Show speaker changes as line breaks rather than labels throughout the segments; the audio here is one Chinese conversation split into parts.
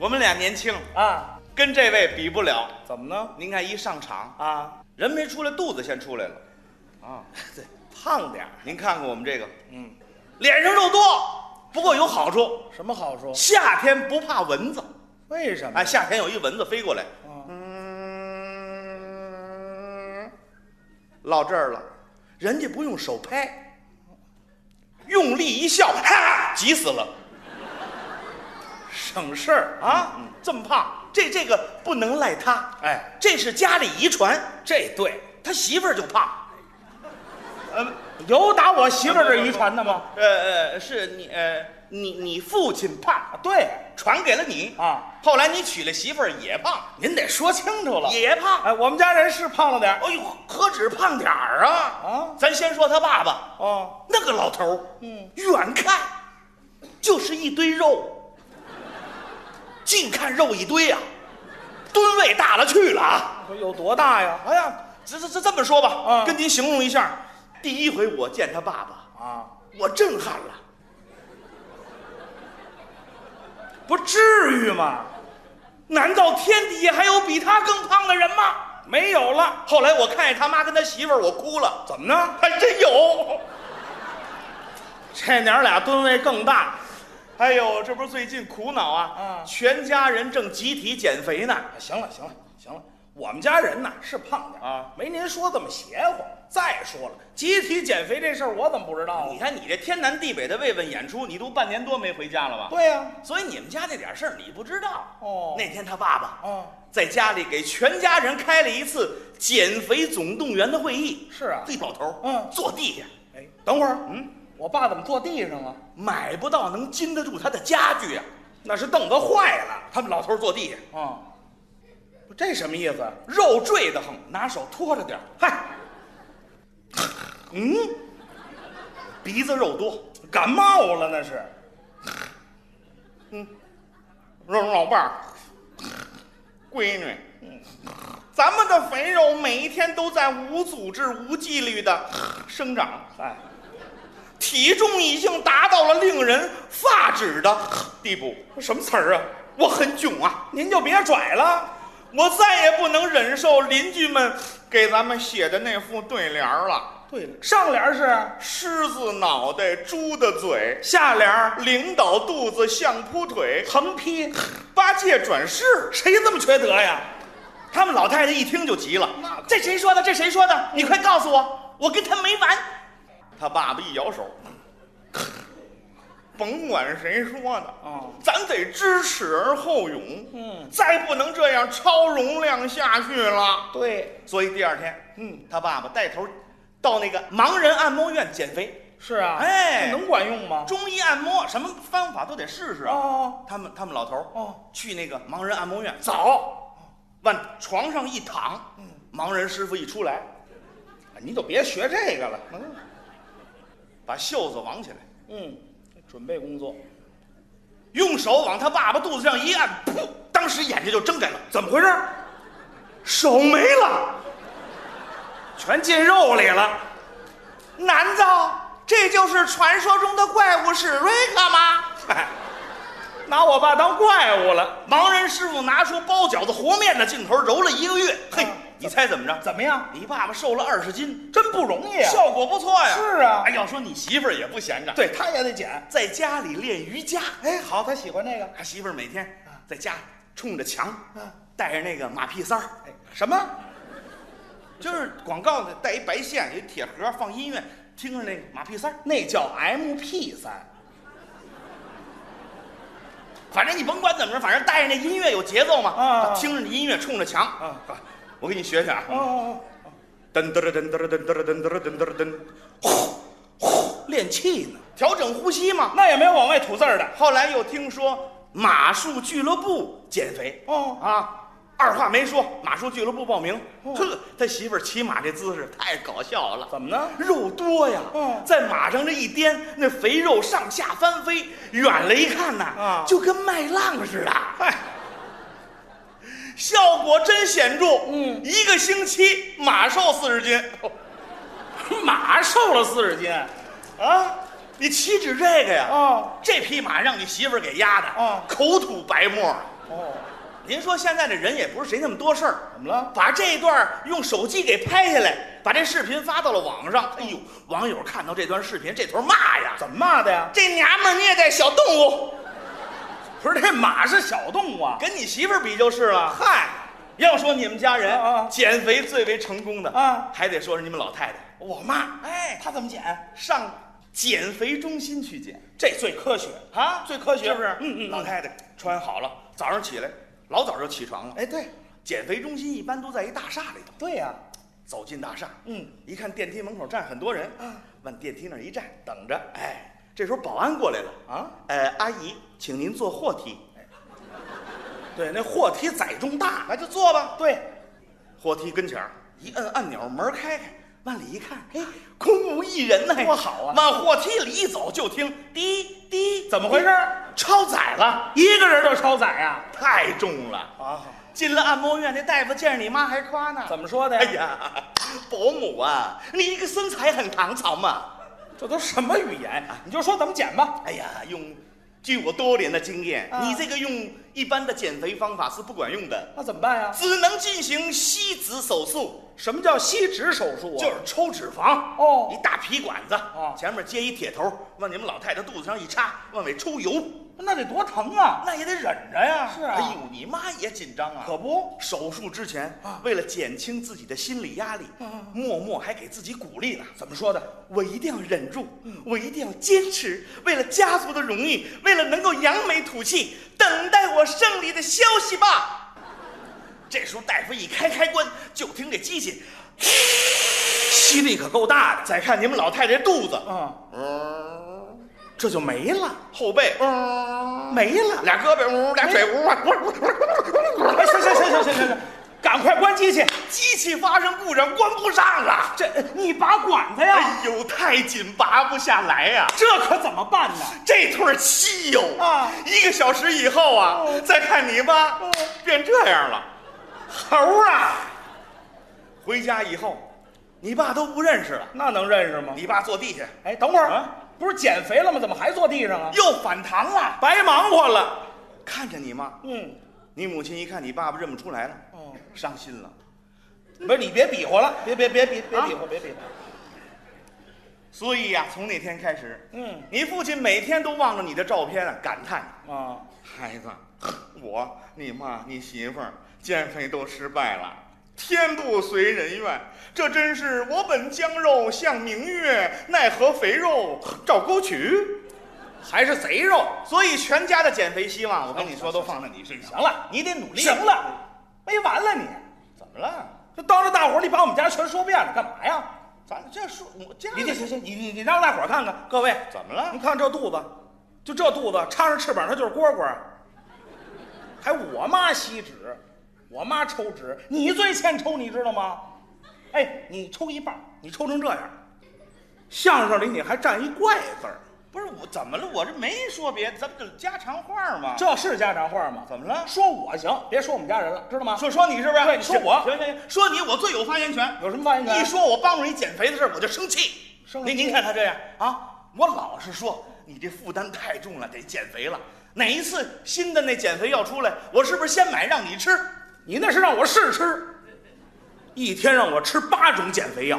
我们俩年轻，
啊，
跟这位比不了。
怎么呢？
您看一上场，
啊，
人没出来，肚子先出来了。啊，
对，胖点儿，
您看看我们这个，
嗯，
脸上肉多，不过有好处，
什么好处？
夏天不怕蚊子。
为什么？
哎，夏天有一蚊子飞过来，
啊，
嗯，落这儿了，人家不用手拍，用力一笑，哈，急死了。
省事儿
啊，
啊，
这么胖，这这个不能赖他，
哎，
这是家里遗传，
这对，
他媳妇儿就胖。
有打我媳妇儿这遗传的吗？
呃呃，是你呃你你父亲
啊
胖，，
对，
传给了你
啊。
后来你娶了媳妇儿也胖，
您得说清楚了。
也胖。
哎，我们家人是胖了点儿
哎呦，何止胖点儿啊！
啊
咱先说他爸爸，
哦，
那个老头儿，
嗯，
远看就是一堆肉，近看肉一堆啊，吨位大了去了啊！
有多大呀？哎呀，
这这这这么说吧，
嗯
跟您形容一下，第一回我见他爸爸，
啊，
我震撼了。
不至于吗？
难道天底下还有比他更胖的人吗？
没有了，
后来我看见他妈跟他媳妇儿，我哭了，
怎么呢？
还真有。
这娘俩吨位更大，
哎呦，这不是最近苦恼啊，
嗯
全家人正集体减肥呢。
啊行了，行了，行了，我们家人呐是胖点儿
啊，
没您说这么邪乎。再说了，集体减肥这事儿我怎么不知道
你
啊？
看你这天南地北的慰问演出，你都半年多没回家了吧？
对呀、
所以你们家那点事儿你不知道。
哦
那天他爸爸
哦
在家里给全家人开了一次减肥总动员的会议。
是啊
一抱头，
嗯
坐地下，
哎，等会儿，
嗯，
我爸怎么坐地上了？
买不到能禁得住他的家具啊。
那是凳子坏了。
他们老头儿坐地下，
啊、这什么意思？啊
肉坠得很，拿手托着点儿
嗨，
嗯，鼻子肉多，
感冒了那是。
肉老伴儿，闺女，嗯咱们的肥肉每一天都在无组织、无纪律的生长，
哎，
体重已经达到了令人发指的地步。
什么词儿啊？
我很囧啊，
您就别拽了。
我再也不能忍受邻居们给咱们写的那副对联儿了：
对了，上联是，
狮子脑袋，猪的嘴，
下联儿
领导肚子像铺腿，
横批，
八戒转世。
谁这么缺德呀？
他们老太太一听就急了
那可：“
这谁说的？这谁说的？你快告诉我，我跟他没完！”他爸爸一摇手：“甭管谁说的，
哦
咱得知耻而后勇。
嗯，
再不能这样超容量下去了。
对，”
所以第二天，
嗯，
他爸爸带头到那个盲人按摩院减肥，
是啊，
哎
这能管用吗？
中医按摩什么方法都得试试啊。
哦
他们他们老头儿
哦，
去那个盲人按摩院，
早，
往床上一躺，
嗯
盲人师傅一出来。哎
你就别学这个了。
嗯把袖子挽起来，
嗯，准备工作，
用手往他爸爸肚子上一按，噗！当时眼睛就睁开了，
怎么回事？
手没了。
全进肉里了。
难道这就是传说中的怪物史瑞克吗？哎
嗨，拿我爸当怪物了。
盲人师傅拿出包饺子和面的劲头揉了一个月，嘿
啊，
你猜怎么着？
怎么样？
你爸爸瘦了二十斤，
真不容易啊！
效果不错呀。
是啊
哎，要说你媳妇儿也不闲着，，
对，他也得减。
在家里练瑜伽，
哎，好，他喜欢这个。
他媳妇儿每天在家冲着墙，
啊
带着那个马屁三儿，
哎，什么？
就是广告的带一白线，有一铁盒放音乐，听着那马屁三儿，
那叫 MP 三。
反正你甭管怎么着，反正带着那音乐有节奏嘛，
啊
听着你音乐冲着墙。
啊，
我给你学学啊，
哦
噔噔噔噔噔噔噔噔噔噔噔噔，
哦，练气呢，
调整呼吸嘛。
那也没有往外吐字儿的。
后来又听说马术俱乐部减肥，
哦
啊，二话没说，马术俱乐部报名。
哦
呵，他媳妇儿骑马这姿势太搞笑了。
怎么呢？
肉多呀，
嗯
在马上这一颠，那肥肉上下翻飞，远了一看呐，
啊
就跟麦浪似的，
嗨，
效果真显著。
嗯哦
一个星期马瘦四十斤，
马瘦了四十斤。
啊，你岂止这个呀？
哦，
这匹马让你媳妇儿给压的，
哦
口吐白沫，
哦，
您说现在这人也不是谁那么多事儿，
怎么了？
把这一段儿用手机给拍下来，把这视频发到了网上。哎呦，网友看到这段视频，这头骂呀！
怎么骂的呀？
这娘们儿虐待小动物，
不是这马是小动物啊！
跟你媳妇儿比就是了。
嗨，
要说你们家人
啊啊
减肥最为成功的
啊
还得说是你们老太太，
我妈
哎
她怎么减？
上减肥中心去减
这最科学
啊，
最科学
是不是？
嗯嗯嗯
老太太穿好了，早上起来老早就起床了。
哎，对
减肥中心一般都在一大厦里头，
对呀、
走进大厦，
嗯，啊
一看电梯门口站很多人，往电梯那儿一站，等着。哎，这时候保安过来了，
啊，哎
呃，阿姨，请您坐货梯，
对，那货梯载重大，
那就坐吧。
对，
货梯跟前儿一摁按钮，门开开，往里一看，嘿，空无一人呢，嘿
多好啊
往货梯里一走，就听滴滴，
怎么回事儿？
超载了，
一个人都超载呀、
太重了。
啊！
进了按摩院，那大夫见着你妈还夸呢，
怎么说的呀？
哎呀，伯母啊，你一个身材很唐朝嘛。
这都什么语言？你就说怎么减吧。
哎呀，用据我多年的经验，
啊
你这个用一般的减肥方法是不管用的，
那怎么办呀？
只能进行吸脂手术，
什么叫吸脂手术啊？
就是抽脂肪。
哦
一大皮管子，
啊
前面接一铁头，往你们老太太肚子上一插，往外抽油，
那得多疼啊！
那也得忍着呀。
是啊
哎呦，你妈也紧张啊。
可不，
手术之前
啊，
为了减轻自己的心理压力，默默还给自己鼓励了。
怎么说的？
我一定要忍住，我一定要坚持，为了家族的荣誉，为了能够扬眉吐气，等待我胜利的消息吧。这时候大夫一开开关，就听这机器，
吸力可够大的，
再看你们老太太肚子，
嗯，
嗯，
这就没了，
后背，嗯，
没了。
俩胳膊，嗯，俩腿，嗯，
哎，行行行行行行行，赶快关机去。
机器发生故障，关不上了。
这你拔管子呀，
哎呦，太紧，拔不下来呀、
这可怎么办呢？
这腿儿稀有
啊
一个小时以后啊，
哦
再看你吧，
哦
变这样了，猴啊！回家以后，你爸都不认识了。
那能认识吗？
你爸坐地下
哎，等会儿，
啊
不是减肥了吗？怎么还坐地上啊？
又反弹了，
白忙活了。
看着你妈，
嗯，
你母亲一看你爸爸认不出来了，
哦，
伤心了。
不是你别比划了，别别别别别
啊
比划，别比划。
所以呀、从那天开始，
嗯
你父亲每天都望着你的照片啊，感叹
啊，：“
孩子，我、你妈、你媳妇儿减肥都失败了，天不随人愿，这真是我本将肉向明月，奈何肥肉照沟渠。”
还是贼肉。
所以全家的减肥希望，我跟你说
行
都放在你身上。
行了，
你得努力。
行，了，没完了你。
怎么了？
这当着大伙儿，你把我们家全说遍了，干嘛呀？
咱这说，我这
你这行行，你你你让大伙儿看看，各位，
怎么
你
了？
看这肚子，就这肚子，插上翅膀它就是蝈蝈儿。还我妈吸脂，我妈抽脂，你最欠抽，你知道吗？哎，你抽一半儿，你抽成这样，相声里你还占一怪字儿，
不是我怎么了？我这没说别的，咱们就家常话嘛。
这是家常话吗？
怎么了？
说我行，别说我们家人了，知道吗？
说说你是不是？
对你说我
行行行，说你我最有发言权。
有什么发言权
一说我帮助你减肥的事儿，我就生气。
生气
您您看他这样啊，我老是说你这负担太重了，得减肥了。哪一次新的那减肥药出来，我是不是先买让你吃？
你那是让我试吃，一天让我吃八种减肥药，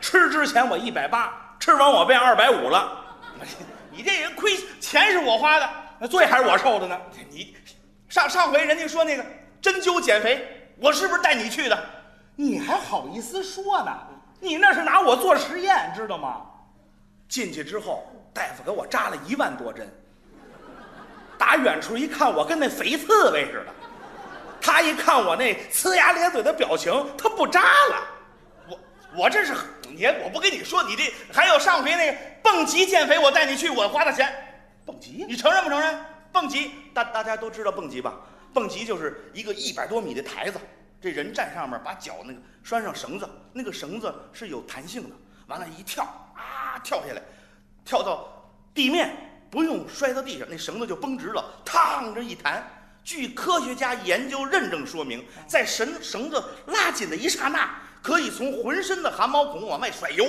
吃之前我一百八，吃完我变二百五了，
你这人亏钱是我花的，
那罪还是我受的呢。
你上上回人家说那个针灸减肥，我是不是带你去的？
你还好意思说呢？你那是拿我做实验，知道吗？进去之后，大夫给我扎了一万多针，打远处一看，我跟那肥刺猬似的。他一看我那呲牙咧嘴的表情，他不扎了。
我我这是你，我不跟你说，你这还有上回那个蹦极减肥，我带你去，我花的钱。
蹦极
你承认不承认？蹦极，大大家都知道蹦极吧？蹦极就是一个一百多米的台子，这人站上面，把脚那个拴上绳子，那个绳子是有弹性的，完了，一跳啊，跳下来，跳到地面，不用摔到地上，那绳子就绷直了，嘡着一弹。据科学家研究认证说明，在绳绳子拉紧的一刹那，可以从浑身的汗毛孔往外啊甩油。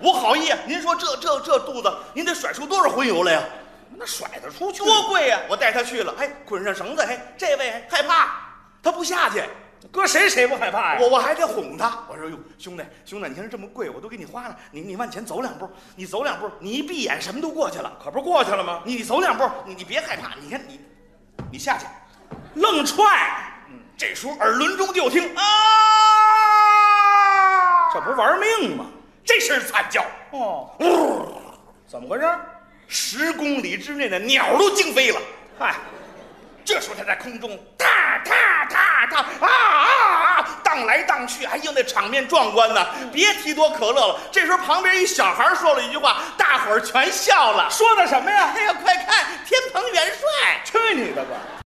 我好意，您说这这这肚子，您得甩出多少荤油来呀、
那甩得出去？
多贵呀、我带他去了，哎，捆上绳子，哎，这位哎害怕，他不下去，
搁谁谁不害怕呀？
我我还得哄他。我说哟，兄弟，兄弟，你看这么贵，我都给你花了，你你往前走两步，你走两步，你一闭眼什么都过去了。
可不是过去了吗？
你你走两步，你你别害怕，你看你，你下去。
愣踹，
这时候耳轮中就听啊，
这不是玩命吗？
这声惨叫，
哦，怎么回事？
十公里之内的鸟都惊飞了。
嗨，
这时候他在空中踏踏踏踏啊啊啊，荡来荡去，哎呦那场面壮观呐！别提多可乐了。这时候旁边一小孩说了一句话，大伙儿全笑了。
说的什么呀？
哎呀，快看，天蓬元帅！
去你的吧！